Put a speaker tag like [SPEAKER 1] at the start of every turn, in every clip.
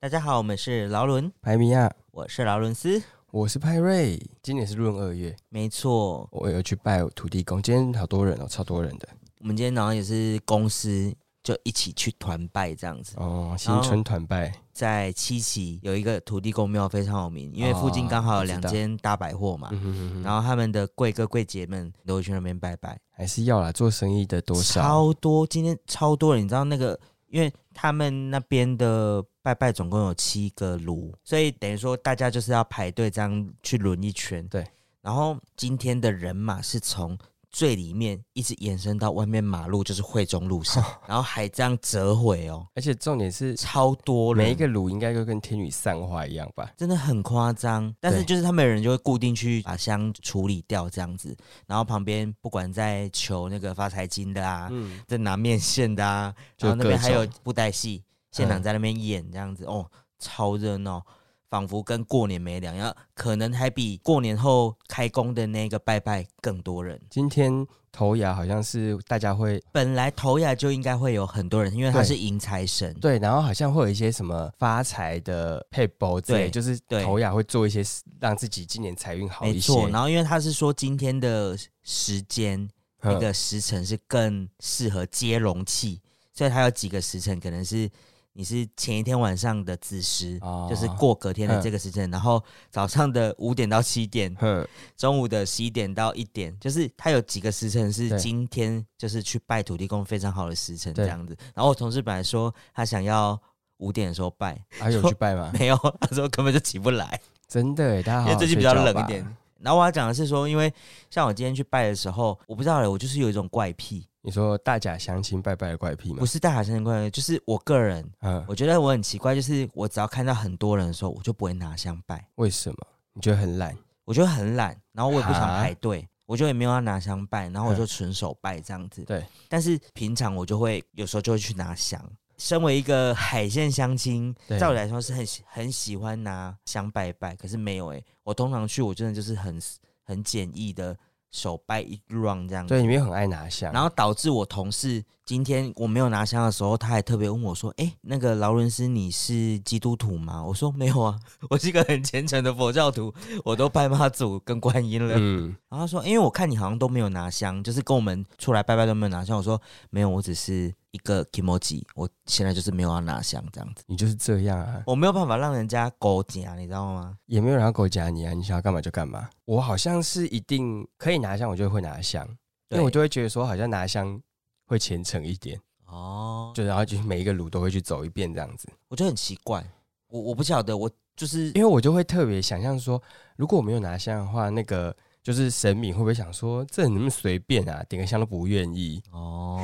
[SPEAKER 1] 大家好，我们是劳伦，
[SPEAKER 2] 排米亚，
[SPEAKER 1] 我是劳伦斯，
[SPEAKER 2] 我是派瑞，今年是闰二月，
[SPEAKER 1] 没错，
[SPEAKER 2] 我有去拜土地公，今天好多人哦，超多人的
[SPEAKER 1] 我们今天早上也是公司就一起去团拜这样子，
[SPEAKER 2] 哦，新春团拜，
[SPEAKER 1] 在七期有一个土地公庙非常有名，因为附近
[SPEAKER 2] 哦
[SPEAKER 1] 刚好有
[SPEAKER 2] 我知
[SPEAKER 1] 两
[SPEAKER 2] 道
[SPEAKER 1] 间大百货嘛，
[SPEAKER 2] 嗯哼哼哼
[SPEAKER 1] 啊然后他们的贵哥贵姐们都会去那边拜拜，
[SPEAKER 2] 还是要啦，做生意的多少，
[SPEAKER 1] 超多，今天超多人，你知道那个，因为他们那边的拜拜总共有七个炉，所以等于说大家就是要排队这样去轮一圈。
[SPEAKER 2] 对，
[SPEAKER 1] 然后今天的人马是从。最里面一直延伸到外面马路，就是汇中路 上，然后还这样折回哦，
[SPEAKER 2] 而且重点是
[SPEAKER 1] 超多人，
[SPEAKER 2] 每一个炉应该都跟天女散花一样吧，
[SPEAKER 1] 真的很夸张，但是
[SPEAKER 2] 对
[SPEAKER 1] 就是他们有人就会固定去把香处理掉这样子，然后旁边不管在求那个发财金的啊，
[SPEAKER 2] 嗯，
[SPEAKER 1] 在拿面线的啊，
[SPEAKER 2] 就
[SPEAKER 1] 然后那边
[SPEAKER 2] 各
[SPEAKER 1] 还有
[SPEAKER 2] 种
[SPEAKER 1] 布袋戏，现场
[SPEAKER 2] 嗯
[SPEAKER 1] 在那边演这样子，哦，超热闹，仿佛跟过年没两样，可能还比过年后开工的那个拜拜更多人。
[SPEAKER 2] 今天头牙好像是大家会
[SPEAKER 1] 本来头雅就应该会有很多人，因为他
[SPEAKER 2] 对
[SPEAKER 1] 是迎财神，
[SPEAKER 2] 对，然后好像会有一些什么发财的配包之
[SPEAKER 1] 对
[SPEAKER 2] 类，就是
[SPEAKER 1] 对
[SPEAKER 2] 头牙会做一些事让自己今年财运好
[SPEAKER 1] 没
[SPEAKER 2] 一些，
[SPEAKER 1] 错。然后因为他是说今天的时间
[SPEAKER 2] 嗯
[SPEAKER 1] 那个时辰是更适合接容器，所以它有几个时辰可能是你是前一天晚上的子时，
[SPEAKER 2] 哦
[SPEAKER 1] 就是过隔天的这个时辰，然后早上的五点到七点，
[SPEAKER 2] 哼，
[SPEAKER 1] 中午的十一点到一点，就是它有几个时辰是
[SPEAKER 2] 对
[SPEAKER 1] 今天就是去拜土地公非常好的时辰这
[SPEAKER 2] 对
[SPEAKER 1] 样子。然后我同事本来说他想要五点的时候拜，
[SPEAKER 2] 还、有去拜吗？
[SPEAKER 1] 没有，他说根本就起不来。
[SPEAKER 2] 真的耶，大家好
[SPEAKER 1] 因为
[SPEAKER 2] 好
[SPEAKER 1] 最近比
[SPEAKER 2] 啊睡
[SPEAKER 1] 较
[SPEAKER 2] 觉
[SPEAKER 1] 冷一
[SPEAKER 2] 吧
[SPEAKER 1] 点。。然后我要讲的是说，因为像我今天去拜的时候，我不知道欸嘞，我就是有一种怪癖，
[SPEAKER 2] 你说大甲相亲拜拜的怪癖吗
[SPEAKER 1] 不？是大海生日快乐，就是我个人，
[SPEAKER 2] 嗯，
[SPEAKER 1] 我觉得我很奇怪，就是我只要看到很多人的时候，我就不会拿香拜，
[SPEAKER 2] 为什么？你觉得很懒？
[SPEAKER 1] 我就很懒，然后我也不想
[SPEAKER 2] 哈
[SPEAKER 1] 排队，我就也没有要拿香拜，然后我就纯手拜这样子。
[SPEAKER 2] 对，
[SPEAKER 1] 但是平常我就会有时候就会去拿香。身为一个海鲜相亲，
[SPEAKER 2] 对
[SPEAKER 1] 照理来说是很喜很喜欢拿香拜拜，可是没有哎、我通常去我真的就是很很简易的手拜一 round 这样子
[SPEAKER 2] 对，。你们也很爱拿香。
[SPEAKER 1] 然
[SPEAKER 2] 后
[SPEAKER 1] 后导致我同事今天我没有拿香的时候，他还特别问我说：“哎，那个劳伦斯，你是基督徒吗？”我说：“没有啊， 我是一个很虔诚的佛教徒，我都拜妈祖跟观音了。
[SPEAKER 2] 嗯，
[SPEAKER 1] 然后他说：“因为我看你好像都没有拿香，就是跟我们出来拜拜都没有拿香。”我说：“没有，我只是一个 emoji，我现在就是没有要拿香这样子，
[SPEAKER 2] 你就是这样啊，
[SPEAKER 1] 我没有办法让人家勾结啊，你知道吗？
[SPEAKER 2] 也没有人要狗夹你啊，你想要干嘛就干嘛。我好像是一定可以拿香，我就会拿香，因
[SPEAKER 1] 对，
[SPEAKER 2] 为我就会觉得说好像拿香会虔诚一点，
[SPEAKER 1] 哦，
[SPEAKER 2] 就然后就每一个炉都会去走一遍这样子。
[SPEAKER 1] 我就很奇怪，我我不晓得，我就是
[SPEAKER 2] 因为我就会特别想象说，如果我没有拿香的话，那个就是神明会不会想说这你们随便啊，点个香都不愿意？
[SPEAKER 1] 哦，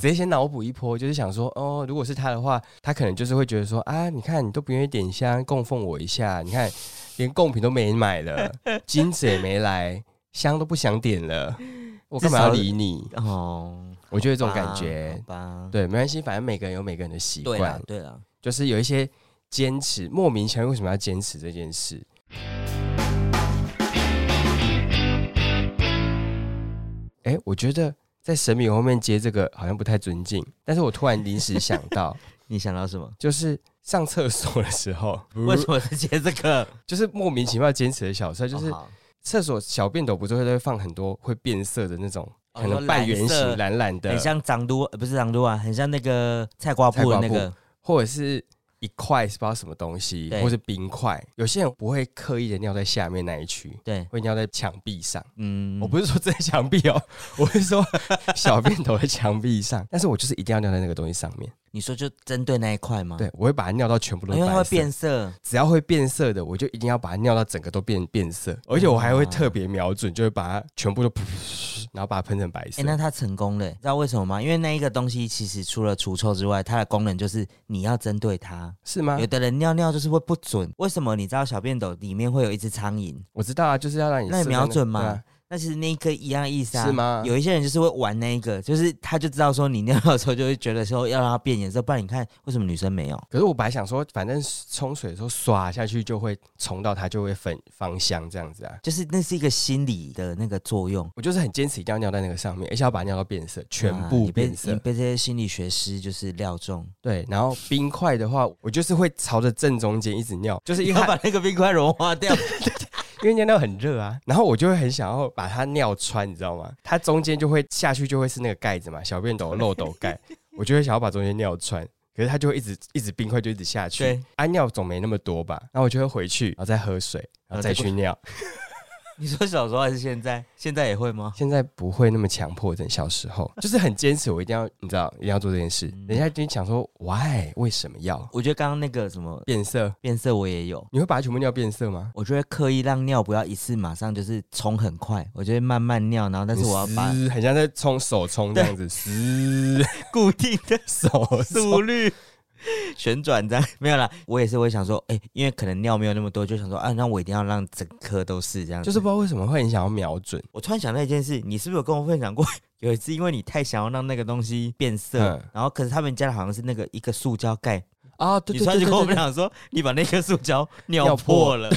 [SPEAKER 2] 直接先脑补一波，就是想说，哦，如果是他的话，他可能就是会觉得说，啊，你看你都不愿意点香供奉我一下，你看连贡品都没 买了，金子也没来，香都不想点了，我干嘛要理你？
[SPEAKER 1] 哦，
[SPEAKER 2] 我觉得这种
[SPEAKER 1] 好
[SPEAKER 2] 感
[SPEAKER 1] 吧
[SPEAKER 2] 觉，
[SPEAKER 1] 啊
[SPEAKER 2] 啊
[SPEAKER 1] 好吧，
[SPEAKER 2] 对，没关系，反正每个人有每个人的习
[SPEAKER 1] 对啦
[SPEAKER 2] 惯，，
[SPEAKER 1] 对啊啦，
[SPEAKER 2] 就是有一些坚持，莫名其妙为什么要坚持这件事？哎、我觉得在神明后面接这个好像不太尊敬，但是我突然临时想到，
[SPEAKER 1] 你想到什么？
[SPEAKER 2] 就是上厕所的时 候，
[SPEAKER 1] 为什么是接这个？
[SPEAKER 2] 就是莫名其妙坚持的小事， 就是
[SPEAKER 1] 哦好
[SPEAKER 2] 厕所小便斗不是会都会放很多会变色的那种，
[SPEAKER 1] 哦
[SPEAKER 2] 可
[SPEAKER 1] 你说
[SPEAKER 2] 能半圆
[SPEAKER 1] 蓝色
[SPEAKER 2] 形蓝蓝的
[SPEAKER 1] 很，像长都，呃不是长都啊，很像那个菜瓜布的那
[SPEAKER 2] 菜
[SPEAKER 1] 个，
[SPEAKER 2] 或者是一块不知道什么东西，
[SPEAKER 1] 对
[SPEAKER 2] 或是冰块。有些人不会刻意的尿在下面那一区，
[SPEAKER 1] 对，
[SPEAKER 2] 会尿在墙壁上。
[SPEAKER 1] 嗯，
[SPEAKER 2] 我不是说在墙壁哦， 我是说小便头在墙壁上，但是我就是一定要尿在那个东西上面。
[SPEAKER 1] 你说就针对那一块吗？
[SPEAKER 2] 对，我会把它尿到全部都
[SPEAKER 1] 哦，
[SPEAKER 2] 是
[SPEAKER 1] 啊因为它
[SPEAKER 2] 白
[SPEAKER 1] 会
[SPEAKER 2] 色
[SPEAKER 1] 变色，
[SPEAKER 2] 只要会变色的，我就一定要把它尿到整个都变变色，
[SPEAKER 1] 哦
[SPEAKER 2] 而且我还会特别瞄准，就会把它全部都噗噗噗，然后把它喷成白
[SPEAKER 1] 哎，
[SPEAKER 2] 色。
[SPEAKER 1] 那它成功了，你知道为什么吗？因为那一个东西其实除了除臭之外，它的功能就是你要针对它。
[SPEAKER 2] 是吗
[SPEAKER 1] 有？的人尿尿就是会不准，为什么？你知道小便斗里面会有一只苍蝇，
[SPEAKER 2] 我知道啊，就是要让你
[SPEAKER 1] 那你
[SPEAKER 2] 射
[SPEAKER 1] 瞄
[SPEAKER 2] 在
[SPEAKER 1] 准嘛
[SPEAKER 2] 对啊
[SPEAKER 1] 那其实那一颗一样意思啊，
[SPEAKER 2] 是吗
[SPEAKER 1] 有一些人就是会玩那一个，就是他就知道说你尿尿的时候就会觉得说要让它变颜色，不然你看为什么女生没有？
[SPEAKER 2] 可是我本来想说，反正冲水的时候刷下去就会冲到它，就会粉芳香这样子啊。
[SPEAKER 1] 就是那是一个心理的那个作用，
[SPEAKER 2] 我就是很坚持一定要尿在那个上面，而且要把它尿到变色，全
[SPEAKER 1] 啊
[SPEAKER 2] 部
[SPEAKER 1] 你被
[SPEAKER 2] 变
[SPEAKER 1] 你
[SPEAKER 2] 色。
[SPEAKER 1] 被这些心理学师就是料中，
[SPEAKER 2] 对，然后冰块的话，我就是会朝着正中间一 直尿，就是 因
[SPEAKER 1] 你
[SPEAKER 2] 为
[SPEAKER 1] 要
[SPEAKER 2] 它
[SPEAKER 1] 把那个冰块融化 掉，
[SPEAKER 2] 因为尿尿很热啊，然后我就会很想要把它尿穿，你知道吗？它中间就会下去就会是那个盖子嘛，小便斗漏斗 盖，我就会想要把中间尿穿。可是它就会一直一直冰块就一直下去
[SPEAKER 1] 对，
[SPEAKER 2] 啊尿总没那么多吧？然后我就会回去，然后再喝水，然后再去尿。
[SPEAKER 1] 你说小时候还是现在？现在也会吗？
[SPEAKER 2] 现在不会那么强迫症，小 时候就是很坚持，我一定要，你知道，一定要做这件
[SPEAKER 1] 嗯
[SPEAKER 2] 事。人家就想说，why 为什么要
[SPEAKER 1] 我觉得刚刚那个什么
[SPEAKER 2] 变色？
[SPEAKER 1] 变色我也有，
[SPEAKER 2] 你会把它全部尿变色吗？
[SPEAKER 1] 我就会刻意让尿不要一次马上就是冲很快，我就会慢慢尿，然后但是我要把
[SPEAKER 2] 嘶很像在冲手冲这样子，嘶
[SPEAKER 1] 固定的
[SPEAKER 2] 手
[SPEAKER 1] 速
[SPEAKER 2] 速。
[SPEAKER 1] 率旋转这样没有啦，我也是会想说，哎、因为可能尿没有那么多，就想说啊，那我一定要让整颗都是这样子。
[SPEAKER 2] 就是不知道为什么会很想要瞄准，
[SPEAKER 1] 我突然想到一件事，你是不是有跟我分享过？有一次，因为你太想要让那个东西变色，
[SPEAKER 2] 嗯
[SPEAKER 1] 然后可是他们家的好像是那个一个塑胶盖，
[SPEAKER 2] 啊！
[SPEAKER 1] 你
[SPEAKER 2] 对对
[SPEAKER 1] 突然
[SPEAKER 2] 对
[SPEAKER 1] 就跟我们
[SPEAKER 2] 对对，
[SPEAKER 1] 讲说，你把那颗塑胶尿
[SPEAKER 2] 尿
[SPEAKER 1] 破
[SPEAKER 2] 破
[SPEAKER 1] 了，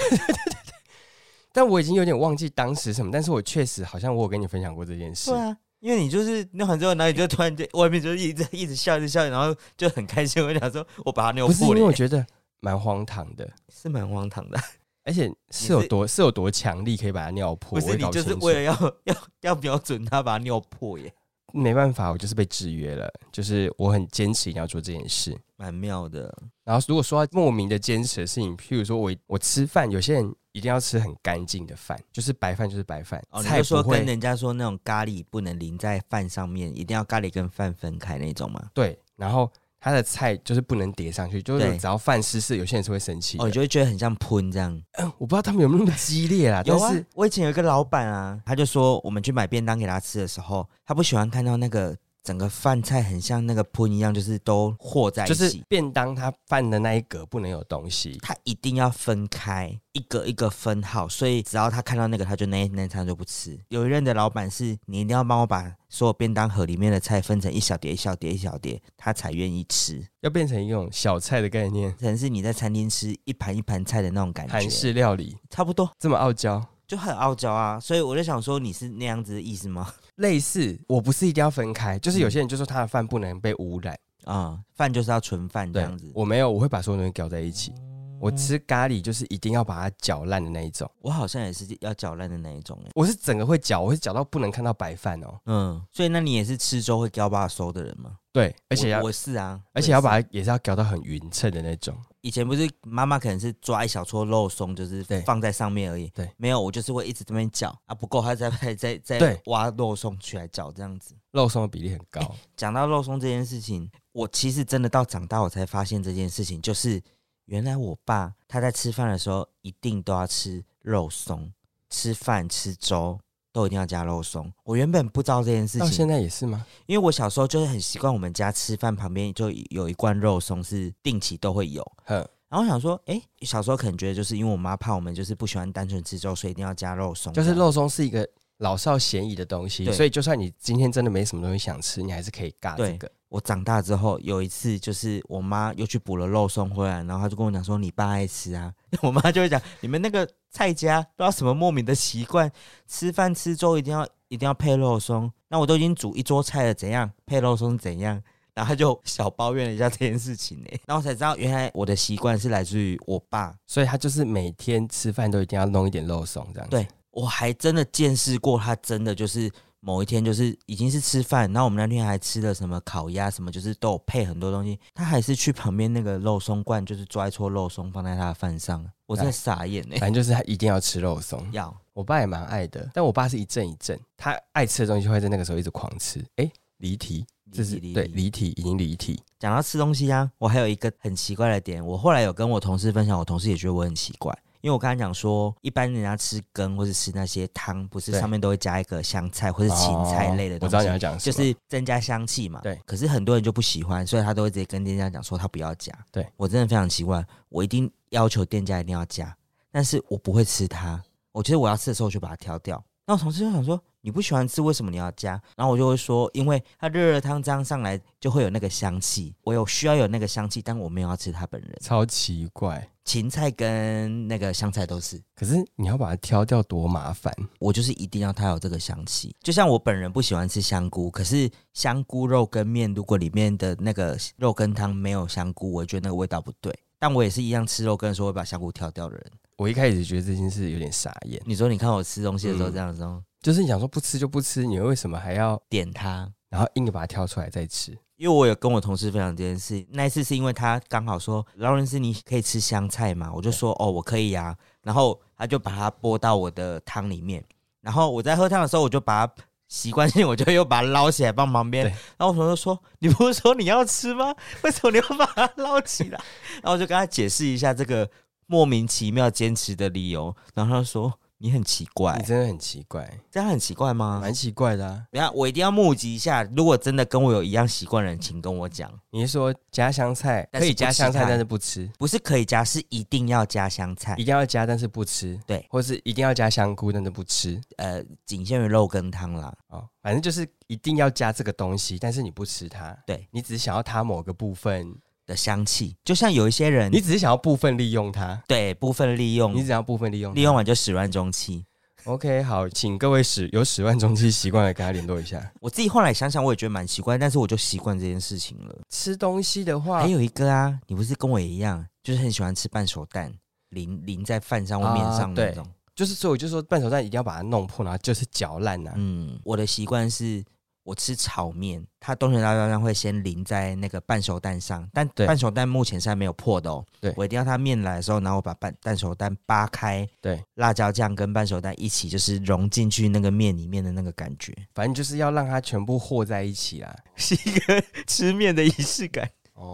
[SPEAKER 2] 但我已经有点忘记当时什么，但是我确实好像我有跟你分享过这件 事
[SPEAKER 1] 对，啊。因为你就是尿完之后，然后你就突然就外面就一直一直笑，一直笑，然后就很开心。我就想说，我把它尿
[SPEAKER 2] 不是因
[SPEAKER 1] 破
[SPEAKER 2] 为我
[SPEAKER 1] 了，
[SPEAKER 2] 觉得蛮荒唐的，
[SPEAKER 1] 是蛮荒唐的。
[SPEAKER 2] 而且是有多是有多强力可以把它尿破，
[SPEAKER 1] 不
[SPEAKER 2] 我
[SPEAKER 1] 是
[SPEAKER 2] 也
[SPEAKER 1] 你
[SPEAKER 2] 搞
[SPEAKER 1] 就是
[SPEAKER 2] 清楚
[SPEAKER 1] 为了要要 要瞄准它，把它尿破耶，
[SPEAKER 2] 没办法，我就是被制约了，就是我很坚持一定要做这件事。
[SPEAKER 1] 蛮妙的。
[SPEAKER 2] 然后如果说到莫名的坚持的事情，譬如说我我吃饭，有些人一定要吃很干净的饭，就是白饭就是白饭，
[SPEAKER 1] 哦，你
[SPEAKER 2] 菜
[SPEAKER 1] 就
[SPEAKER 2] 不
[SPEAKER 1] 说跟
[SPEAKER 2] 会
[SPEAKER 1] 人家说那种咖喱不能淋在饭上面，一定要咖喱跟饭分开那种吗？
[SPEAKER 2] 对，然后他的菜就是不能叠上去，就是
[SPEAKER 1] 对
[SPEAKER 2] 只要饭湿湿，有些人是会生气的。
[SPEAKER 1] 哦，你就会觉得很像喷这样。
[SPEAKER 2] 我不知道他们有没有那么激烈啦，
[SPEAKER 1] 有
[SPEAKER 2] 但
[SPEAKER 1] 啊
[SPEAKER 2] 是，
[SPEAKER 1] 我以前有一个老板啊，他就说我们去买便当给他吃的时候，他不喜欢看到那个整个饭菜很像那个喷一样，就是都和在一
[SPEAKER 2] 就
[SPEAKER 1] 起。
[SPEAKER 2] 是便当他饭的那一格不能有东西。
[SPEAKER 1] 他一定要分开一个一个分好，所以只要他看到那个，他就那一那一餐就不吃。有一任的老板是，你一定要帮我把所有便当盒里面的菜分成一小碟一小碟一小碟，他才愿意吃。
[SPEAKER 2] 要变成一种小菜的概念，
[SPEAKER 1] 可能是你在餐厅吃一盘一盘菜的那种感
[SPEAKER 2] 韩
[SPEAKER 1] 觉，
[SPEAKER 2] 式料理
[SPEAKER 1] 差不多
[SPEAKER 2] 这么傲娇，
[SPEAKER 1] 就很傲娇啊。所以我就想说，你是那样子的意思吗？
[SPEAKER 2] 类似我不是一定要分开，就是有些人就说他的饭不能被污染，
[SPEAKER 1] 啊、饭就是要纯饭这
[SPEAKER 2] 对
[SPEAKER 1] 样子，。
[SPEAKER 2] 我没有，我会把所有东西搅在一起。我吃咖喱就是一定要把它搅烂的那一种，
[SPEAKER 1] 我好像也是要搅烂的那一种哎、
[SPEAKER 2] 我是整个会搅，我会搅到不能看到白饭哦。
[SPEAKER 1] 嗯，所以那你也是吃粥会叼把收的人吗？
[SPEAKER 2] 对，而
[SPEAKER 1] 我
[SPEAKER 2] 且要
[SPEAKER 1] 我是啊，
[SPEAKER 2] 而且要把它也是要搅到很匀称的那种。
[SPEAKER 1] 以前不是妈妈可能是抓一小撮肉松，就是
[SPEAKER 2] 对
[SPEAKER 1] 放在上面而已。
[SPEAKER 2] 对
[SPEAKER 1] 没有，我就是会一直这边搅啊，不够，还 再再再再
[SPEAKER 2] 对
[SPEAKER 1] 挖肉松起来搅这样子。
[SPEAKER 2] 肉松的比例很高，
[SPEAKER 1] 讲到肉松这件事情，我其实真的到长大我才发现这件事情，就是原来我爸他在吃饭的时候一定都要吃肉松，吃饭吃粥都一定要加肉松。我原本不知道这件事
[SPEAKER 2] 到
[SPEAKER 1] 情
[SPEAKER 2] 现，在也是吗？
[SPEAKER 1] 因为我小时候就是很习惯我们家吃饭旁边就有一罐肉松是定期都会有。
[SPEAKER 2] 哼，
[SPEAKER 1] 然后我想说，哎、小时候可能觉得就是因为我妈怕我们就是不喜欢单纯吃粥，所以一定要加肉松，
[SPEAKER 2] 就是。啊肉松是一个老少咸宜的东西，
[SPEAKER 1] 对
[SPEAKER 2] 所以就算你今天真的没什么东西想吃，你还是可以尬
[SPEAKER 1] 对
[SPEAKER 2] 这个。
[SPEAKER 1] 我长大之后有一次，就是我妈又去补了肉松回来，然后她就跟我讲说：“你爸爱吃啊。” 我妈就会讲：“你们那个蔡家不知道什么莫名的习惯，吃饭吃粥一定要一定要配肉松。那我都已经煮一桌菜了，怎样配肉松怎样？” 然后她就小抱怨了一下这件事情呢、然后我才知道原来我的习惯是来自于我爸，
[SPEAKER 2] 所以他就是每天吃饭都一定要弄一点肉松这样子。
[SPEAKER 1] 对我还真的见识过他真的就是某一天就是已经是吃饭，然后我们那天还吃了什么烤鸭什么，就是都有配很多东西，他还是去旁边那个肉松罐，就是抓一撮肉松放在他的饭上，啊我真的
[SPEAKER 2] 哎
[SPEAKER 1] 傻眼 哎、
[SPEAKER 2] 反正就是他一定要吃肉松。
[SPEAKER 1] 要
[SPEAKER 2] 我爸也蛮爱的，但我爸是一阵一阵，他爱吃的东西就会在那个时候一直狂吃。哎，离题，这是
[SPEAKER 1] 离离
[SPEAKER 2] 对
[SPEAKER 1] 离
[SPEAKER 2] 离题已经离题。
[SPEAKER 1] 讲到吃东西啊，我还有一个很奇怪的点，我后来有跟我同事分享，我同事也觉得我很奇怪。因为我刚才讲说，一般人家吃羹或是吃那些汤，不是
[SPEAKER 2] 对
[SPEAKER 1] 上面都会加一个香菜或是芹菜类的
[SPEAKER 2] 哦
[SPEAKER 1] 东西。
[SPEAKER 2] 我知道你要讲什
[SPEAKER 1] 就
[SPEAKER 2] 么，
[SPEAKER 1] 是增加香气嘛。
[SPEAKER 2] 对
[SPEAKER 1] 可是很多人就不喜欢，所以他都会直接跟店家讲说他不要加。
[SPEAKER 2] 对
[SPEAKER 1] 我真的非常奇怪，我一定要求店家一定要加，但是我不会吃它。我觉得我要吃的时候我就把它挑掉。那那我同事就想说，你不喜欢吃，为什么你要加？然后我就会说，因为它热热汤这样上来就会有那个香气，我有需要有那个香气，但我没有要吃它本人。
[SPEAKER 2] 超奇怪。
[SPEAKER 1] 芹菜跟那个香菜都是，
[SPEAKER 2] 可是你要把它挑掉多麻烦，
[SPEAKER 1] 我就是一定要它有这个香气。就像我本人不喜欢吃香菇，可是香菇肉跟面如果里面的那个肉羹汤没有香菇，我觉得那个味道不对。但我也是一样吃肉羹的时候会把香菇挑掉的人。
[SPEAKER 2] 我一开始觉得这件事有点傻眼，
[SPEAKER 1] 你说你看我吃东西的时候
[SPEAKER 2] 嗯
[SPEAKER 1] 这样子哦，
[SPEAKER 2] 就是你想说不吃就不吃，你为什么还要
[SPEAKER 1] 点它。
[SPEAKER 2] 然后硬把它挑出来再吃？
[SPEAKER 1] 因为我有跟我同事分享这件事，那一次是因为他刚好说劳伦斯你可以吃香菜吗？我就说哦我可以呀、然后他就把它拨到我的汤里面，然后我在喝汤的时候我就把它习惯性我就又把它捞起来放旁边，
[SPEAKER 2] 对
[SPEAKER 1] 然后我同事说你不是说你要吃吗？为什么你要把它捞起来？然后我就跟他解释一下这个莫名其妙坚持的理由，然后他说你很奇怪
[SPEAKER 2] 你，真的很奇怪，
[SPEAKER 1] 这样很哎奇怪吗？
[SPEAKER 2] 蛮奇怪的啊。
[SPEAKER 1] 等一下，我一定要募集一下。如果真的跟我有一样习惯的人，请跟我讲。
[SPEAKER 2] 你是说加香菜
[SPEAKER 1] 但
[SPEAKER 2] 可
[SPEAKER 1] 是
[SPEAKER 2] 以
[SPEAKER 1] 不
[SPEAKER 2] 加
[SPEAKER 1] 吃
[SPEAKER 2] 香菜，
[SPEAKER 1] 它
[SPEAKER 2] 但是不吃，
[SPEAKER 1] 不是可以加，是一定要加香菜
[SPEAKER 2] 一，定要加，但是不吃，
[SPEAKER 1] 对
[SPEAKER 2] 或是一定要加香菇，但是不吃。
[SPEAKER 1] 呃，仅限于肉羹汤啦。
[SPEAKER 2] 哦，反正就是一定要加这个东西，但是你不吃它，
[SPEAKER 1] 对
[SPEAKER 2] 你只是想要它某个部分，
[SPEAKER 1] 的香气，就像有一些人，
[SPEAKER 2] 你只是想要部分利用它，
[SPEAKER 1] 对部分利用，
[SPEAKER 2] 你只要部分利用它。
[SPEAKER 1] 嗯利用完就始乱终弃。
[SPEAKER 2] OK，好，请各位使有使万中期习惯的跟他联络一下。
[SPEAKER 1] 我自己后来想想，我也觉得蛮奇怪，但是我就习惯这件事情了。
[SPEAKER 2] 吃东西的话，
[SPEAKER 1] 还有一个啊，你不是跟我一样，就是很喜欢吃半熟蛋，淋淋在饭上或面上
[SPEAKER 2] 啊
[SPEAKER 1] 那
[SPEAKER 2] 对
[SPEAKER 1] 种。
[SPEAKER 2] 就是所以我就说半熟蛋一定要把它弄破，然后就是嚼烂啊呐、
[SPEAKER 1] 嗯，我的习惯是我吃炒面，它东泉辣椒酱会先淋在那个半熟蛋上，但
[SPEAKER 2] 对
[SPEAKER 1] 半熟蛋目前是还没有破的哦。
[SPEAKER 2] 对
[SPEAKER 1] 我一定要它面来的时候，然后我把半蛋熟蛋扒开，
[SPEAKER 2] 对，
[SPEAKER 1] 辣椒酱跟半熟蛋一起，就是融进去那个面里面的那个感觉，
[SPEAKER 2] 反正就是要让它全部和在一起啊啦。
[SPEAKER 1] 是一个吃面的仪式感。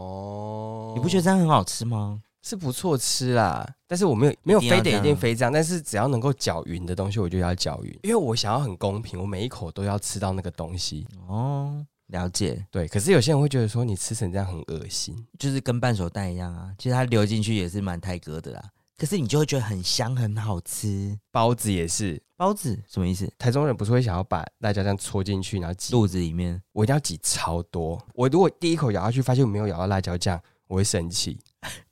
[SPEAKER 2] 哦
[SPEAKER 1] 你不觉得这样很好吃吗？
[SPEAKER 2] 是不错吃啦？但是我没有没有
[SPEAKER 1] 一定要
[SPEAKER 2] 非得
[SPEAKER 1] 这样
[SPEAKER 2] 一定非这样，但是只要能够搅匀的东西，我就要搅匀，因为我想要很公平，我每一口都要吃到那个东西。
[SPEAKER 1] 哦，了解，
[SPEAKER 2] 对，可是有些人会觉得说你吃成这样很恶心，
[SPEAKER 1] 就是跟半熟蛋一样啊，其实它流进去也是蛮泰哥的啦，可是你就会觉得很香，很好吃。
[SPEAKER 2] 包子也是。
[SPEAKER 1] 包子什么意思？
[SPEAKER 2] 台中人不是会想要把辣椒酱戳进去，然后挤
[SPEAKER 1] 肚子里面。
[SPEAKER 2] 我一定要挤超多。我如果第一口咬下去，发现我没有咬到辣椒酱，我会生气，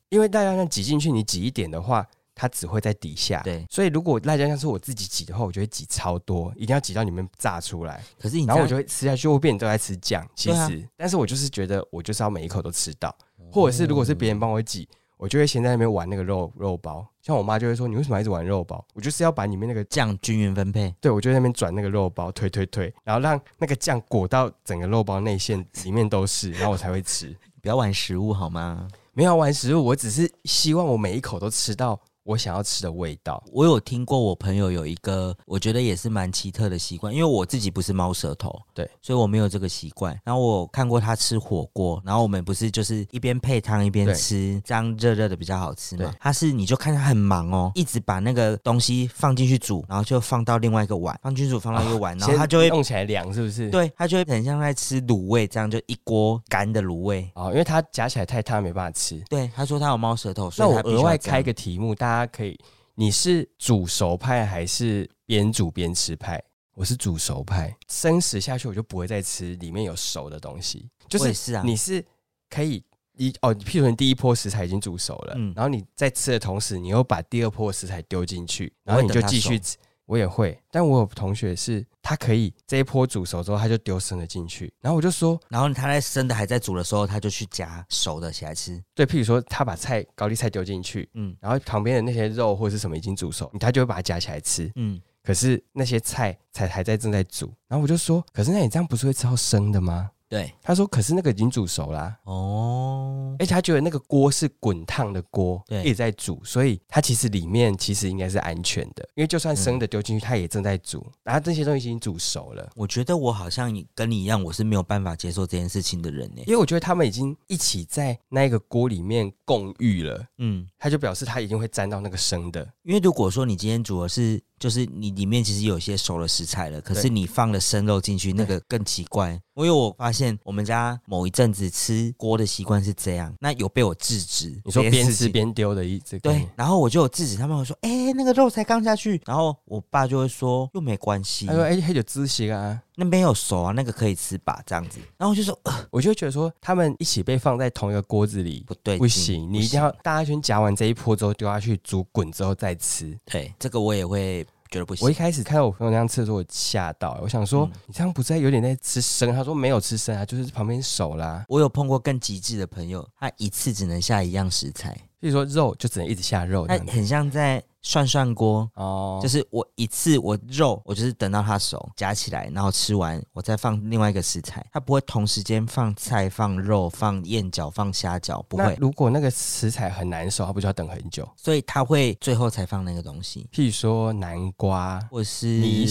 [SPEAKER 2] 因为辣椒酱挤进去，你挤一点的话，它只会在底下。
[SPEAKER 1] 对，
[SPEAKER 2] 所以如果辣椒酱是我自己挤的话，我就会挤超多，一定要挤到里面炸出来，
[SPEAKER 1] 可是你
[SPEAKER 2] 然后我
[SPEAKER 1] 这
[SPEAKER 2] 就
[SPEAKER 1] 样
[SPEAKER 2] 会吃下去，我变成都在吃酱。其
[SPEAKER 1] 对啊哦
[SPEAKER 2] 实，但是我就是觉得我就是要每一口都吃到，或者是如果是别人帮我挤。我就会先在那边玩那个肉肉包，像我妈就会说：“你为什么要一直玩肉包？”我就是要把里面那个，
[SPEAKER 1] 酱均匀分配，
[SPEAKER 2] 对我就在那边转那个肉包，推推推，然后让那个酱裹到整个肉包内馅里面都是，然后我才会吃。
[SPEAKER 1] 不要玩食物好吗？
[SPEAKER 2] 没有啊玩食物，我只是希望我每一口都吃到我想要吃的味道。
[SPEAKER 1] 我有听过我朋友有一个，我觉得也是蛮奇特的习惯，因为我自己不是猫舌头，
[SPEAKER 2] 对，
[SPEAKER 1] 所以我没有这个习惯。然后我看过他吃火锅，然后我们不是就是一边配汤一边
[SPEAKER 2] 对
[SPEAKER 1] 吃，这样热热的比较好吃嘛
[SPEAKER 2] 对。
[SPEAKER 1] 他是你就看他很忙哦，一直把那个东西放进去煮，然后就放到另外一个碗，放进去煮放到一个碗，然后
[SPEAKER 2] 啊先
[SPEAKER 1] 他就会。
[SPEAKER 2] 弄起来凉，是不是？。
[SPEAKER 1] 对，他就会很像在吃卤味，这样就一锅干的卤味。
[SPEAKER 2] 哦，因为它夹起来太烫，没办法吃。
[SPEAKER 1] 对，他说他有猫舌头，所
[SPEAKER 2] 那
[SPEAKER 1] 以
[SPEAKER 2] 我
[SPEAKER 1] 他必须
[SPEAKER 2] 额
[SPEAKER 1] 要
[SPEAKER 2] 外
[SPEAKER 1] 这样
[SPEAKER 2] 开个题目，大家可以，你是煮熟派还是边煮边吃派？我是煮熟派，生食下去我就不会再吃里面有熟的东西。就
[SPEAKER 1] 我也
[SPEAKER 2] 是
[SPEAKER 1] 是啊，
[SPEAKER 2] 你是可以一哦，譬如你第一波食材已经煮熟了，
[SPEAKER 1] 嗯
[SPEAKER 2] 然后你在吃的同时，你又把第二波食材丢进去，
[SPEAKER 1] 我
[SPEAKER 2] 然
[SPEAKER 1] 会
[SPEAKER 2] 后你就
[SPEAKER 1] 等它
[SPEAKER 2] 继续吃。我也会，但我有同学是他可以这一波煮熟之后，他就丢生的进去，然后我就说，
[SPEAKER 1] 然后他在生的还在煮的时候，他就去夹熟的起来吃。
[SPEAKER 2] 对，譬如说他把菜高丽菜丢进去，
[SPEAKER 1] 嗯
[SPEAKER 2] 然后旁边的那些肉或是什么已经煮熟，他就会把它夹起来吃。
[SPEAKER 1] 嗯，
[SPEAKER 2] 可是那些菜才还在正在煮，然后我就说，可是那你这样不是会吃到生的吗？
[SPEAKER 1] 对，
[SPEAKER 2] 他说，可是那个已经煮熟啊啦、
[SPEAKER 1] 哦，
[SPEAKER 2] 而且他觉得那个锅是滚烫的锅，
[SPEAKER 1] 对
[SPEAKER 2] 一直在煮，所以它其实里面其实应该是安全的，因为就算生的丢进去，它也正在煮，然后这些东西已经煮熟了。
[SPEAKER 1] 我觉得我好像也跟你一样，我是没有办法接受这件事情的人呢。
[SPEAKER 2] 因为我觉得他们已经一起在那个锅里面共浴了，
[SPEAKER 1] 嗯，
[SPEAKER 2] 他就表示他一定会沾到那个生的，
[SPEAKER 1] 因为如果说你今天煮的是就是你里面其实有一些熟的食材了，可是你放了生肉进去，那个更奇怪。因为我发现我们家某一阵子吃锅的习惯是这样，那有被我制止。
[SPEAKER 2] 你说边
[SPEAKER 1] 这件事
[SPEAKER 2] 吃
[SPEAKER 1] 情
[SPEAKER 2] 边丢的一这个，
[SPEAKER 1] 对，然后我就有制止他们，我说：“哎、那个肉才刚下去。”然后我爸就会说：“又没关系
[SPEAKER 2] 他，说哎，还有知识啊，
[SPEAKER 1] 那边有熟啊，那个可以吃吧。”这样子，然后我就说：“呃，
[SPEAKER 2] 我就会觉得说他们一起被放在同一个锅子里。
[SPEAKER 1] 不对劲，
[SPEAKER 2] 不行，你一定要大家先夹完这一波之后丢下去煮滚之后再吃。
[SPEAKER 1] 对这个我也会觉得不行。嗯
[SPEAKER 2] 我一开始看到我朋友那样吃的时候，我吓到，欸我想说、你这样不是在有点在吃生？他说没有吃生啊，就是旁边熟啦。
[SPEAKER 1] 我有碰过更极致的朋友，他一次只能下一样食材，
[SPEAKER 2] 所以说肉就只能一直下肉哦这
[SPEAKER 1] 他
[SPEAKER 2] 样子
[SPEAKER 1] 很像在涮涮锅。
[SPEAKER 2] 哦，
[SPEAKER 1] 就是我一次我肉，我就是等到它熟夹起来，然后吃完，我再放另外一个食材，它不会同时间放菜、放肉、放燕饺、放虾饺，不
[SPEAKER 2] 那
[SPEAKER 1] 会，
[SPEAKER 2] 如果那个食材很难熟，它不就要等很久？
[SPEAKER 1] 所以它会最后才放那个东西，
[SPEAKER 2] 譬如说南瓜，
[SPEAKER 1] 或是
[SPEAKER 2] 米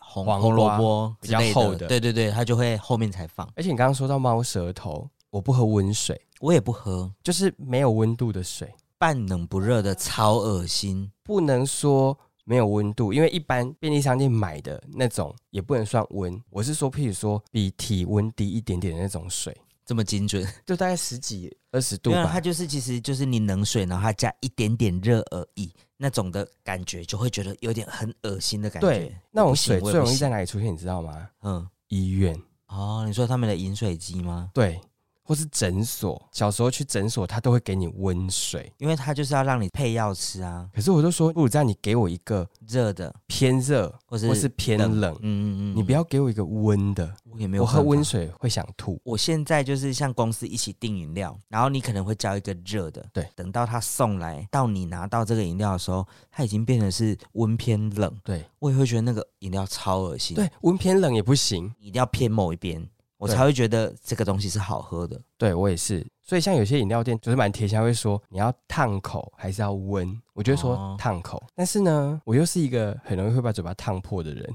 [SPEAKER 1] 红
[SPEAKER 2] 黄
[SPEAKER 1] 红
[SPEAKER 2] 瓜
[SPEAKER 1] 萝卜
[SPEAKER 2] 比
[SPEAKER 1] 之
[SPEAKER 2] 较
[SPEAKER 1] 类
[SPEAKER 2] 厚的
[SPEAKER 1] 的，对对对，它就会后面才放。
[SPEAKER 2] 而且你刚刚说到猫舌头，我不喝温水，
[SPEAKER 1] 我也不喝，
[SPEAKER 2] 就是没有温度的水，
[SPEAKER 1] 半冷不热的，超恶心。
[SPEAKER 2] 不能说没有温度，因为一般便利商店买的那种也不能算温。我是说，譬如说比体温低一点点的那种水，
[SPEAKER 1] 这么精 准，
[SPEAKER 2] 就大概十几二十度
[SPEAKER 1] 对啊，
[SPEAKER 2] 吧
[SPEAKER 1] 它。就是其实就是你冷水，然后它加一点点热而已，那种的感觉就会觉得有点很恶心的感觉。
[SPEAKER 2] 对，那种水
[SPEAKER 1] 我不
[SPEAKER 2] 最
[SPEAKER 1] 行
[SPEAKER 2] 容易在哪里出现？你知道吗？
[SPEAKER 1] 嗯，
[SPEAKER 2] 医院，
[SPEAKER 1] 哦，你说他们的饮水机吗？
[SPEAKER 2] 对，或是诊所。小时候去诊所，他都会给你温水。
[SPEAKER 1] 因为它就是要让你配药吃啊，
[SPEAKER 2] 可是我就说，不如这样，你给我一个
[SPEAKER 1] 热的，
[SPEAKER 2] 偏热
[SPEAKER 1] 或是
[SPEAKER 2] 或是偏
[SPEAKER 1] 冷
[SPEAKER 2] 冷，
[SPEAKER 1] 嗯嗯嗯，
[SPEAKER 2] 你不
[SPEAKER 1] 要，
[SPEAKER 2] 要给我一个温的。
[SPEAKER 1] 我也没有
[SPEAKER 2] 我喝
[SPEAKER 1] 办法
[SPEAKER 2] 温水会想吐。
[SPEAKER 1] 我现在就是像公司一起订饮料，然后你可能会叫一个热的，
[SPEAKER 2] 对，
[SPEAKER 1] 等到他送来到你拿到这个饮料的时候，它已经变成是温偏冷，
[SPEAKER 2] 对
[SPEAKER 1] 我也会觉得那个饮料超恶心，，
[SPEAKER 2] 对，温偏冷也不行。
[SPEAKER 1] 一定要偏某一边，我
[SPEAKER 2] 对
[SPEAKER 1] 才会觉得这个东西是好喝的。
[SPEAKER 2] 对我也是，所以像有些饮料店就是蛮贴心，他会说你要烫口还是要温，我就
[SPEAKER 1] 哦
[SPEAKER 2] 会说烫口。但是呢，我又是一个很容易会把嘴巴烫破的人。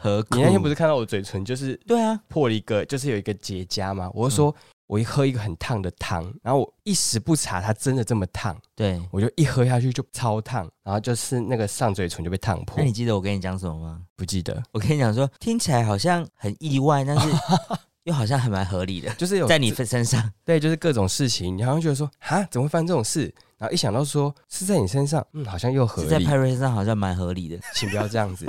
[SPEAKER 1] 何苦？
[SPEAKER 2] 你那天不是看到我嘴唇就是
[SPEAKER 1] 对啊，
[SPEAKER 2] 破了一个，就是有一个结痂吗？我就说。
[SPEAKER 1] 嗯
[SPEAKER 2] 我一喝一个很烫的汤，然后我一时不察它真的这么烫，
[SPEAKER 1] 对。
[SPEAKER 2] 我就一喝下去就超烫，然后就是那个上嘴唇就被烫破
[SPEAKER 1] 那。你记得我跟你讲什么吗？
[SPEAKER 2] 不记得，
[SPEAKER 1] 我跟你讲说，听起来好像很意外， 但是又好像还蛮合理的，
[SPEAKER 2] 就是有
[SPEAKER 1] 在你身上。
[SPEAKER 2] 对，就是各种事情，你好像觉得说，哈，怎么会发生这种事？然后一想到说是在你身上，嗯，好像又合
[SPEAKER 1] 是在
[SPEAKER 2] 理
[SPEAKER 1] 派，瑞身上好像蛮合理的，
[SPEAKER 2] 请不要这样子，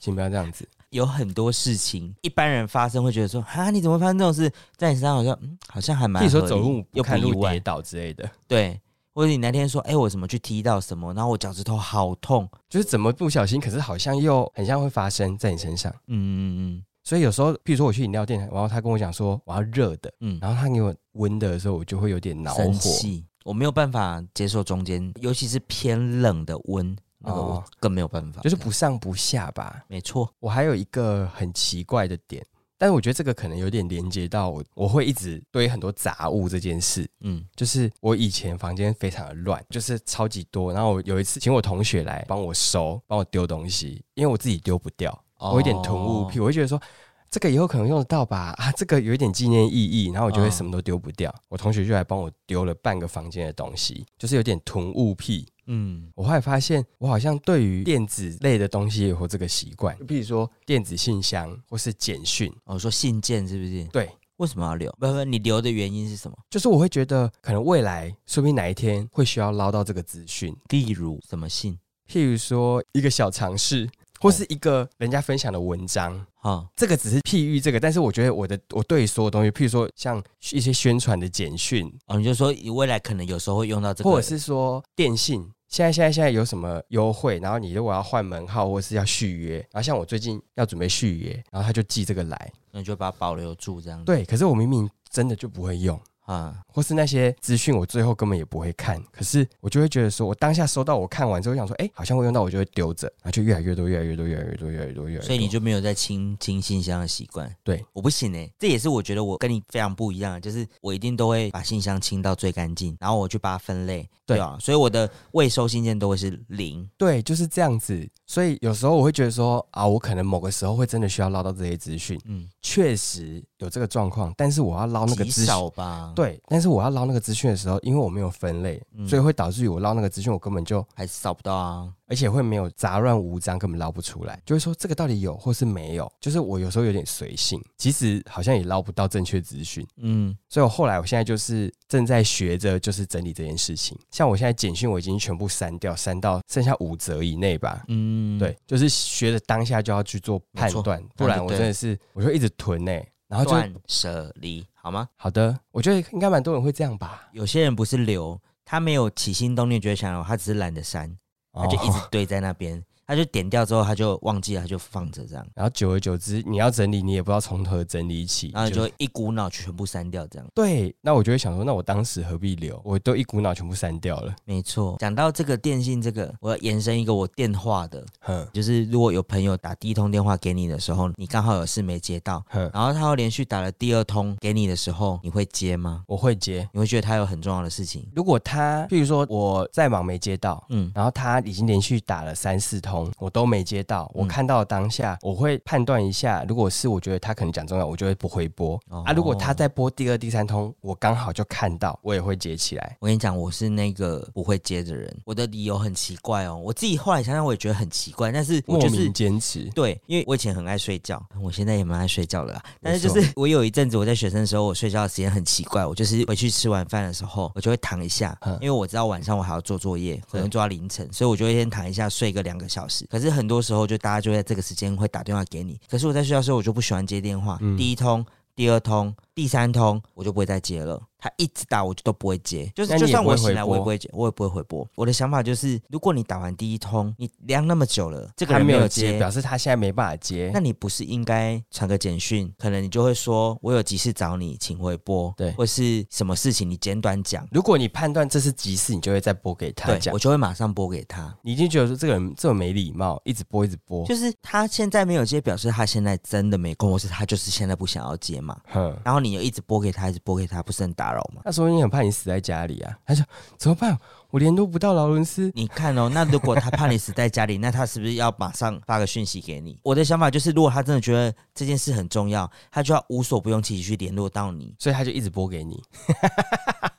[SPEAKER 2] 请不要这样子。
[SPEAKER 1] 有很多事情一般人发生会觉得说，哈，你怎么会发生这种事？在你身上好像，嗯，好像还蛮
[SPEAKER 2] 譬如说
[SPEAKER 1] 合理
[SPEAKER 2] 走路
[SPEAKER 1] 又不
[SPEAKER 2] 不看
[SPEAKER 1] 意
[SPEAKER 2] 路
[SPEAKER 1] 外
[SPEAKER 2] 跌，倒之类的，
[SPEAKER 1] 对。或者你那天说，哎、我怎么去踢到什么，然后我脚趾头好痛，
[SPEAKER 2] 就是怎么不小心，可是好像又很像会发生在你身上。
[SPEAKER 1] 嗯嗯
[SPEAKER 2] 所以有时候，譬如说我去饮料店，然后他跟我讲说我要热的，
[SPEAKER 1] 嗯嗯
[SPEAKER 2] 然后他给我温的的时候，我就会有点恼
[SPEAKER 1] 嗯，生。
[SPEAKER 2] 火
[SPEAKER 1] 气，我没有办法接受中间，尤其是偏冷的温，那个我
[SPEAKER 2] 哦
[SPEAKER 1] 更没有办法，
[SPEAKER 2] 就是不上不下吧。
[SPEAKER 1] 没错，
[SPEAKER 2] 我还有一个很奇怪的点，但我觉得这个可能有点连接到我，我会一直堆很多杂物这件事。
[SPEAKER 1] 嗯
[SPEAKER 2] 就是我以前房间非常的乱，就是超级多。然后我有一次请我同学来帮我收，帮我丢东西，因为我自己丢不掉，
[SPEAKER 1] 哦
[SPEAKER 2] 我有点囤物癖，我会觉得说。啊这个以后可能用得到吧？啊，这个有一点纪念意义，然后我就会
[SPEAKER 1] 嗯
[SPEAKER 2] 什么都丢不掉。我同学就来帮我丢了半个房间的东西，就是有点囤物癖。
[SPEAKER 1] 嗯，
[SPEAKER 2] 我后来发现，我好像对于电子类的东西也有这个习惯，比如说电子信箱或是简讯，
[SPEAKER 1] 我哦说信件是不是？
[SPEAKER 2] 对，
[SPEAKER 1] 为什么要留？不不，你留的原因是什么？
[SPEAKER 2] 就是我会觉得可能未来说不定哪一天会需要捞到这个资讯，
[SPEAKER 1] 例如什么信？
[SPEAKER 2] 譬如说一个小尝试，或是一个人家分享的文章。
[SPEAKER 1] 哈、
[SPEAKER 2] 这个只是譬喻，这个，但是我觉得我的我对于所有东西，譬如说像一些宣传的简讯，
[SPEAKER 1] 哦，你就说你未来可能有时候会用到这个，
[SPEAKER 2] 或者是说电信，现在现在现在有什么优惠，然后你如果要换门号或是要续约，然后像我最近要准备续约，然后他就寄这个来，
[SPEAKER 1] 那你就把它保留住这样子。
[SPEAKER 2] 对，可是我明明真的就不会用，
[SPEAKER 1] 啊，
[SPEAKER 2] 或是那些资讯我最后根本也不会看，可是我就会觉得说，我当下收到我看完之后我想说，哎、好像会用到，我就会丢着，然后就越来越多，越来越多，越来越多，越来越多，越来越多，
[SPEAKER 1] 所以你就没有在清清信箱的习惯。
[SPEAKER 2] 对
[SPEAKER 1] 我不行哎、这也是我觉得我跟你非常不一样的，就是我一定都会把信箱清到最干净，然后我去把它分类。
[SPEAKER 2] 对
[SPEAKER 1] 啊，所以我的未收信件都会是零。
[SPEAKER 2] 对，就是这样子。所以有时候我会觉得说啊，我可能某个时候会真的需要捞到这些资讯，
[SPEAKER 1] 嗯，
[SPEAKER 2] 确实有这个状况，但是我要捞那个
[SPEAKER 1] 极
[SPEAKER 2] 资讯，
[SPEAKER 1] 少吧？，
[SPEAKER 2] 对，但是我要捞那个资讯的时候，因为我没有分类，
[SPEAKER 1] 嗯
[SPEAKER 2] 所以会导致于我捞那个资讯，我根本就
[SPEAKER 1] 还是找不到啊。
[SPEAKER 2] 而且会没有杂乱无章，根本捞不出来，就会说这个到底有或是没有。就是我有时候有点随性，其实好像也捞不到正确资讯。
[SPEAKER 1] 嗯，
[SPEAKER 2] 所以我后来，我现在就是正在学着，就是整理这件事情。像我现在简讯，我已经全部删掉，删到剩下五折以内吧。
[SPEAKER 1] 嗯，
[SPEAKER 2] 对，就是学着当下就要去做判断，不然我真的是我就一直囤呢、然后就
[SPEAKER 1] 断舍离好吗？
[SPEAKER 2] 好的，我觉得应该蛮多人会这样吧。
[SPEAKER 1] 有些人不是留，他没有起心动念觉得想留，他只是懒得删，他就一 直
[SPEAKER 2] 哦
[SPEAKER 1] 堆在那边，他就点掉之后他就忘记了，他就放着这 样，
[SPEAKER 2] 然后久而久之，你要整理，你也不知道从何整理起。
[SPEAKER 1] 然后就一股脑全部删掉这样。
[SPEAKER 2] 对，那我就会想说，那我当时何必留？我都一股脑全部删掉了。
[SPEAKER 1] 没错，讲到这个电信这个，我要延伸一个我电话的，
[SPEAKER 2] 哼
[SPEAKER 1] 就是如果有朋友打第一通电话给你的时候，你刚好有事没接到，
[SPEAKER 2] 哼，
[SPEAKER 1] 然后他又连续打了第二通给你的时候，你会接吗？
[SPEAKER 2] 我会接。
[SPEAKER 1] 你会觉得他有很重要的事情？
[SPEAKER 2] 如果他，譬如说我在忙没接到，
[SPEAKER 1] 嗯，
[SPEAKER 2] 然后他已经连续打了三四通，我都没接到。我
[SPEAKER 1] 嗯
[SPEAKER 2] 看到当下，我会判断一下，如果是我觉得他可能讲重要，我就会不回拨、
[SPEAKER 1] 哦
[SPEAKER 2] 啊。如果他在拨第二、第三通，我刚好就看到，我也会接起来。
[SPEAKER 1] 我跟你讲，我是那个不会接的人，我的理由很奇怪哦。我自己后来想想，我也觉得很奇怪，但是我
[SPEAKER 2] 莫
[SPEAKER 1] 就是
[SPEAKER 2] 名坚持，
[SPEAKER 1] 对，因为我以前很爱睡觉，我现在也蛮爱睡觉的啦。但是
[SPEAKER 2] 没
[SPEAKER 1] 就
[SPEAKER 2] 错
[SPEAKER 1] 是 我有一阵子我在学生的时候，我睡觉的时间很奇怪，我就是回去吃完饭的时候，我就会躺一下
[SPEAKER 2] 嗯，
[SPEAKER 1] 因为我知道晚上我还要做作业，可能
[SPEAKER 2] 对
[SPEAKER 1] 做到凌晨，所以我就会先躺一下睡个两个小时。可是很多时候就大家就会在这个时间会打电话给你，可是我在睡觉的时候我就不喜欢接电话，
[SPEAKER 2] 嗯
[SPEAKER 1] 第一通。第二通、第三通，我就不会再接了。他一直打，我就都不会接。就是
[SPEAKER 2] 那你
[SPEAKER 1] 就
[SPEAKER 2] 也
[SPEAKER 1] 算
[SPEAKER 2] 不
[SPEAKER 1] 我
[SPEAKER 2] 会
[SPEAKER 1] 醒
[SPEAKER 2] 回
[SPEAKER 1] 来，我也
[SPEAKER 2] 拨
[SPEAKER 1] 不会接，我也不会回拨。我的想法就是，如果你打完第一通，你量那么久了，这个
[SPEAKER 2] 他
[SPEAKER 1] 人
[SPEAKER 2] 没
[SPEAKER 1] 没
[SPEAKER 2] 有
[SPEAKER 1] 有
[SPEAKER 2] 接，表示他现在没办法接
[SPEAKER 1] 那。你不是应该传个简讯？可能你就会说：“我有急事找你，请回拨。”
[SPEAKER 2] 对
[SPEAKER 1] 或是什么事情你简短讲。
[SPEAKER 2] 如果你判断这是急事，你就会再拨给他
[SPEAKER 1] 对，
[SPEAKER 2] 讲
[SPEAKER 1] 我。就会马上拨给他。
[SPEAKER 2] 你已经觉得说这个人这么没礼貌，一直拨一直 拨。
[SPEAKER 1] 就是他现在没有接，表示他现在真的没空，或是他就是现在不想要接嘛。
[SPEAKER 2] 哼，
[SPEAKER 1] 然后你又一直拨给他，一直拨给他，不是很打扰吗？
[SPEAKER 2] 那说明很怕你死在家里啊。他说怎么办？我联络不到劳伦斯。
[SPEAKER 1] 你看哦，那如果他怕你死在家里， 那他是不是要马上发个讯息给你？我的想法就是，如果他真的觉得这件事很重要，他就要无所不用其极去联络到你。
[SPEAKER 2] 所以他就一直播给你，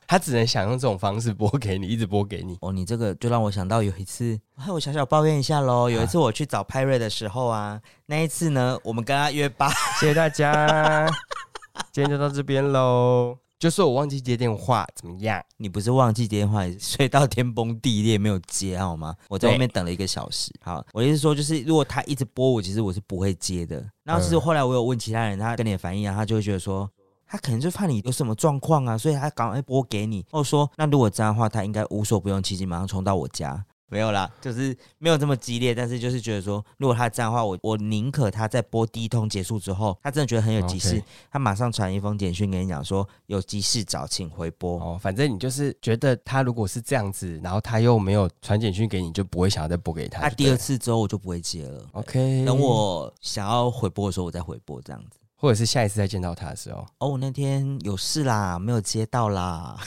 [SPEAKER 2] 他只能想用这种方式播给你，一直播给你。
[SPEAKER 1] 哦，你这个就让我想到有一次，哎我小小抱怨一下喽。有一次我去找派瑞的时候啊，那一次呢，我们跟他约八，
[SPEAKER 2] 谢谢大家， 今天就到这边喽。就说我忘记接电话，怎么样？
[SPEAKER 1] 你不是忘记接电话， 你睡到天崩地裂没有接好吗？我在外面等了一个小时。好，我意思说就是，如果他一直播我，其实我是不会接的。然后其实后来我有问其他人，他跟你的反应啊，他就会觉得说。他可能就怕你有什么状况啊，所以他赶快拨给你。或者说，那如果这样的话，他应该无所不用其极，马上冲到我家。没有啦，就是没有这么激烈，但是就是觉得说，如果他这样的话，我我宁可他在播第一通结束之后，他真的觉得很有急事
[SPEAKER 2] OK
[SPEAKER 1] 他马上传一封简讯给你讲说有急事找，请回拨。
[SPEAKER 2] 哦，反正你就是觉得他如果是这样子，然后他又没有传简讯给你，就不会想要再播给他。
[SPEAKER 1] 那
[SPEAKER 2] 啊就
[SPEAKER 1] 啊第
[SPEAKER 2] 对了哦
[SPEAKER 1] 二次之后我就不会接了。
[SPEAKER 2] ，OK，
[SPEAKER 1] 等我想要回拨的时候，我再回拨这样子。
[SPEAKER 2] 或者是下一次再见到他的时候。
[SPEAKER 1] 哦，我那天有事啦，没有接到啦。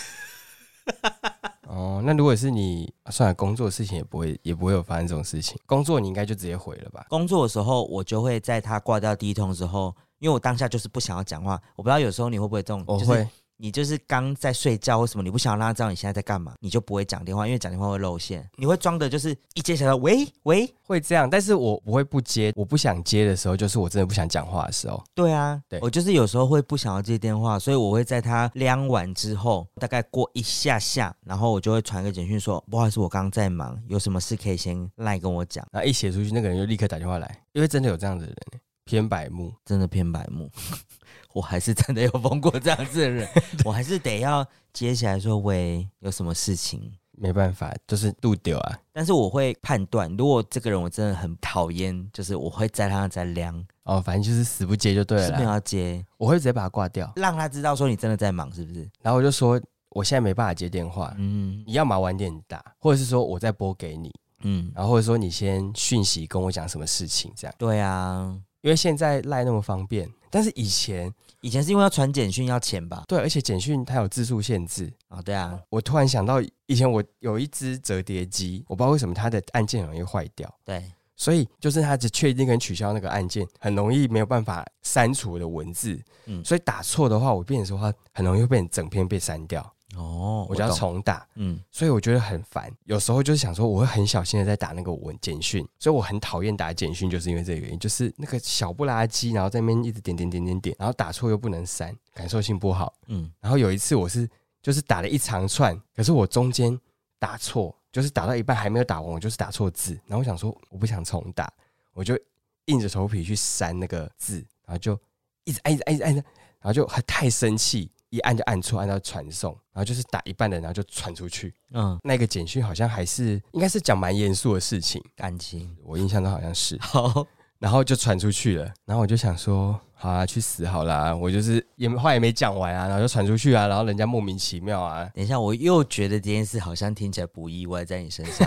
[SPEAKER 2] 哦，那如果是你，啊算了，工作的事情也不会，也不会有发生这种事情。工作你应该就直接回了吧？
[SPEAKER 1] 工作的时候，我就会在他挂掉第一通之后，因为我当下就是不想要讲话。我不知道有时候你会不会这种，
[SPEAKER 2] 我
[SPEAKER 1] 就是
[SPEAKER 2] 会，
[SPEAKER 1] 你就是刚在睡觉或什么，你不想让他知道你现在在干嘛，你就不会讲电话，因为讲电话会露馅。你会装的就是一接起来，喂喂，
[SPEAKER 2] 会这样，但是我不会不接，我不想接的时候，就是我真的不想讲话的时候。
[SPEAKER 1] 对啊，
[SPEAKER 2] 对
[SPEAKER 1] 我就是有时候会不想要接电话，所以我会在他量完之后，大概过一下下，然后我就会传个简讯说，不好意思，我刚刚在忙，有什么事可以先赖跟我讲。
[SPEAKER 2] 然后一写出去，那个人就立刻打电话来，因为真的有这样的人欸，偏白目。
[SPEAKER 1] 真的偏白目， 我还是真的有碰过这样子 的人，我还是得要接起来说，喂，有什么事情？
[SPEAKER 2] 没办法，就是度丢啊。
[SPEAKER 1] 但是我会判断，如果这个人我真的很讨厌，就是我会在他在量，
[SPEAKER 2] 哦，反正就是死不接就对
[SPEAKER 1] 是
[SPEAKER 2] 了
[SPEAKER 1] 没有啊
[SPEAKER 2] 啦。
[SPEAKER 1] 要接，
[SPEAKER 2] 我会直接把它挂掉，
[SPEAKER 1] 让他知道说你真的在忙，是不是？
[SPEAKER 2] 然后我就说我现在没办法接电话，
[SPEAKER 1] 嗯
[SPEAKER 2] 你要么晚点打，或者是说我再拨给你，
[SPEAKER 1] 嗯，
[SPEAKER 2] 然后或者说你先讯息跟我讲什么事情这样。
[SPEAKER 1] 对啊，
[SPEAKER 2] 因为现在赖那么方便，但是以前
[SPEAKER 1] 以前是因为要传简讯要钱吧？
[SPEAKER 2] 对，而且简讯它有字数限制。
[SPEAKER 1] 啊，对啊，
[SPEAKER 2] 我突然想到，以前我有一只折叠机，我不知道为什么它的按键很容易坏掉。
[SPEAKER 1] 对，
[SPEAKER 2] 所以就是它只确定跟取消那个按键，很容易没有办法删除我的文字。
[SPEAKER 1] 嗯
[SPEAKER 2] 所以打错的话，我变成说它很容易会被整篇被删掉。
[SPEAKER 1] 哦，
[SPEAKER 2] 我就要
[SPEAKER 1] 懂，
[SPEAKER 2] 重打，
[SPEAKER 1] 嗯，
[SPEAKER 2] 所以我觉得很烦。有时候就是想说，我会很小心的在打那个文简讯，所以我很讨厌打简讯，就是因为这个原因，就是那个小不拉几，然后在那边一直点点点点点，然后打错又不能删，感受性不好。
[SPEAKER 1] 嗯，
[SPEAKER 2] 然后有一次我是就是打了一长串，可是我中间打错，就是打到一半还没有打完，我就是打错字。然后我想说我不想重打，我就硬着头皮去删那个字，然后就一直按一直按一直按，一直按然后就很太生气，一按就按错，按到传送，然后就是打一半的，然后就传出去。
[SPEAKER 1] 嗯，
[SPEAKER 2] 那个简讯好像还是应该是讲蛮严肃的事情，
[SPEAKER 1] 感情
[SPEAKER 2] 我印象中好像是。
[SPEAKER 1] 好，
[SPEAKER 2] 然后就传出去了。然后我就想说，好啊，去死好啦！我就是也话也没讲完啊，然后就传出去啊，然后人家莫名其妙啊，
[SPEAKER 1] 等一下，我又觉得这件事好像听起来不意外，在你身上，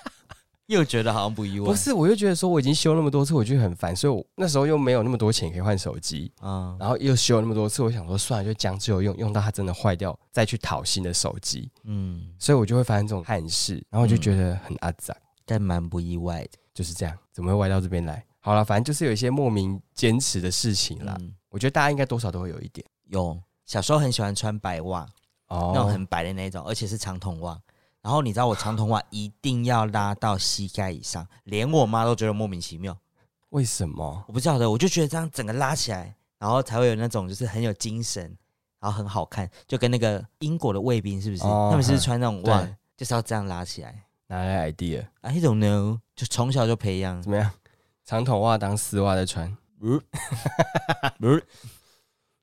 [SPEAKER 1] 又觉得好像不意外，
[SPEAKER 2] 不是，我就觉得说我已经修那么多次，我就很烦，所以我那时候又没有那么多钱可以换手机，
[SPEAKER 1] 嗯，
[SPEAKER 2] 然后又修那么多次，我想说算了，就将就用，用到它真的坏掉再去讨新的手机，
[SPEAKER 1] 嗯，
[SPEAKER 2] 所以我就会发生这种憾事，然后我就觉得很阿杂，
[SPEAKER 1] 但蛮不意外的
[SPEAKER 2] 就是这样，怎么会歪到这边来？好了，反正就是有一些莫名坚持的事情啦，
[SPEAKER 1] 嗯
[SPEAKER 2] 我觉得大家应该多少都会有一点
[SPEAKER 1] 有小时候很喜欢穿白袜，
[SPEAKER 2] 哦
[SPEAKER 1] 那种很白的那种，而且是长筒袜。然后你知道我长筒袜一定要拉到膝盖以上，连我妈都觉得莫名其妙。
[SPEAKER 2] 为什么？
[SPEAKER 1] 我不晓得，我就觉得这样整个拉起来，然后才会有那种就是很有精神，然后很好看，就跟那个英国的卫兵是不是？
[SPEAKER 2] 哦
[SPEAKER 1] 他们是不是穿那种袜
[SPEAKER 2] 对，
[SPEAKER 1] 就是要这样拉起来。
[SPEAKER 2] 哪来 idea？
[SPEAKER 1] I don't know，就从小就培养
[SPEAKER 2] 怎。么样？长筒袜当丝袜在穿，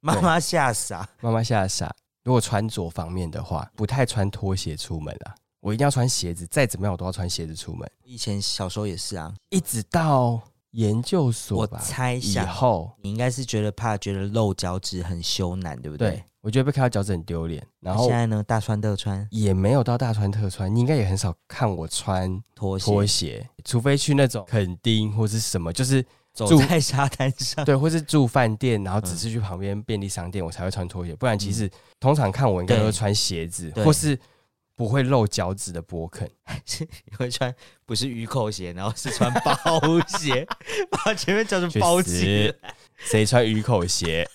[SPEAKER 1] 妈妈吓傻，
[SPEAKER 2] 妈妈吓傻。如果穿着方面的话，不太穿拖鞋出门啊，我一定要穿鞋子，再怎么样我都要穿鞋子出门。
[SPEAKER 1] 以前小时候也是啊。
[SPEAKER 2] 一直到研究所
[SPEAKER 1] 我
[SPEAKER 2] 吧，
[SPEAKER 1] 猜
[SPEAKER 2] 以
[SPEAKER 1] 想
[SPEAKER 2] 后，
[SPEAKER 1] 你应该是觉得怕，觉得露脚趾很羞赧，对不对？
[SPEAKER 2] 对我觉得被看到脚趾很丢脸，然后
[SPEAKER 1] 现在呢，大穿特穿
[SPEAKER 2] 也没有到大穿特穿，你应该也很少看我穿
[SPEAKER 1] 拖鞋，
[SPEAKER 2] 拖鞋，除非去那种垦丁或是什么，就是
[SPEAKER 1] 走
[SPEAKER 2] 住
[SPEAKER 1] 在沙滩 上，
[SPEAKER 2] 对，或是住饭店，然后只是去旁边便利商店，我才会穿拖鞋。不然其实通常看我应该都
[SPEAKER 1] 对
[SPEAKER 2] 会穿鞋子，
[SPEAKER 1] 对
[SPEAKER 2] 或是不会露脚趾的勃肯。
[SPEAKER 1] 你会穿不是鱼口鞋，然后是穿 包鞋，把前面叫成
[SPEAKER 2] 去
[SPEAKER 1] 包
[SPEAKER 2] 死
[SPEAKER 1] 鞋，！
[SPEAKER 2] 谁穿鱼口鞋？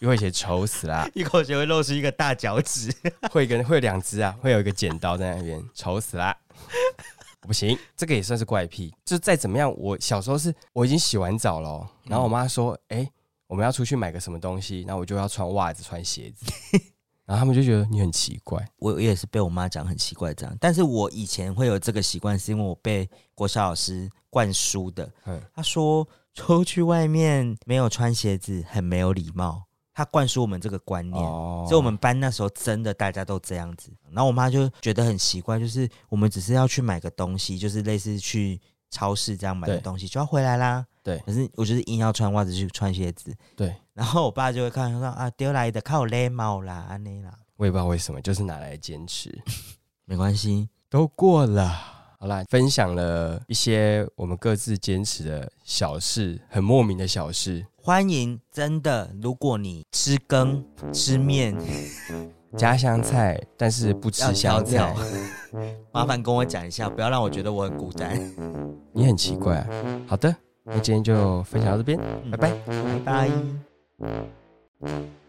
[SPEAKER 2] 鱼口鞋丑死啦！
[SPEAKER 1] 鱼口鞋会露出一个大脚趾。
[SPEAKER 2] 会跟会有两只啊，会有一个剪刀在那边，丑死啦！不行，这个也算是怪癖。就再怎么样，我小时候是我已经洗完澡了哦，然后我妈说：“哎、我们要出去买个什么东西，然后我就要穿袜子、穿鞋子。”然后他们就觉得你很奇怪。
[SPEAKER 1] 我也是被我妈讲很奇怪这样，但是我以前会有这个习惯，是因为我被国小老师灌输的。
[SPEAKER 2] 嗯
[SPEAKER 1] 他说出去外面没有穿鞋子很没有礼貌，他灌输我们这个观念。
[SPEAKER 2] 哦
[SPEAKER 1] 所以我们班那时候真的大家都这样子。然后我妈就觉得很奇怪，就是我们只是要去买个东西，就是类似去超市这样买个
[SPEAKER 2] 对
[SPEAKER 1] 东西就要回来啦。
[SPEAKER 2] 对
[SPEAKER 1] 可是我就是硬要穿袜子去穿鞋子，
[SPEAKER 2] 对，
[SPEAKER 1] 然后我爸就会看他说啊丢来的靠勒毛啦安内啦，
[SPEAKER 2] 我也不知道为什么，就是拿来坚持。
[SPEAKER 1] 没关系，
[SPEAKER 2] 都过了，好啦，分享了一些我们各自坚持的小事，很莫名的小事。
[SPEAKER 1] 欢迎真的，如果你吃羹吃面
[SPEAKER 2] 家乡菜，但是不吃
[SPEAKER 1] 要调
[SPEAKER 2] 香
[SPEAKER 1] 料
[SPEAKER 2] 菜，，
[SPEAKER 1] 麻烦跟我讲一下，不要让我觉得我很孤单，
[SPEAKER 2] 你很奇怪、啊。好的，那今天就分享到这边，拜拜。
[SPEAKER 1] 拜拜。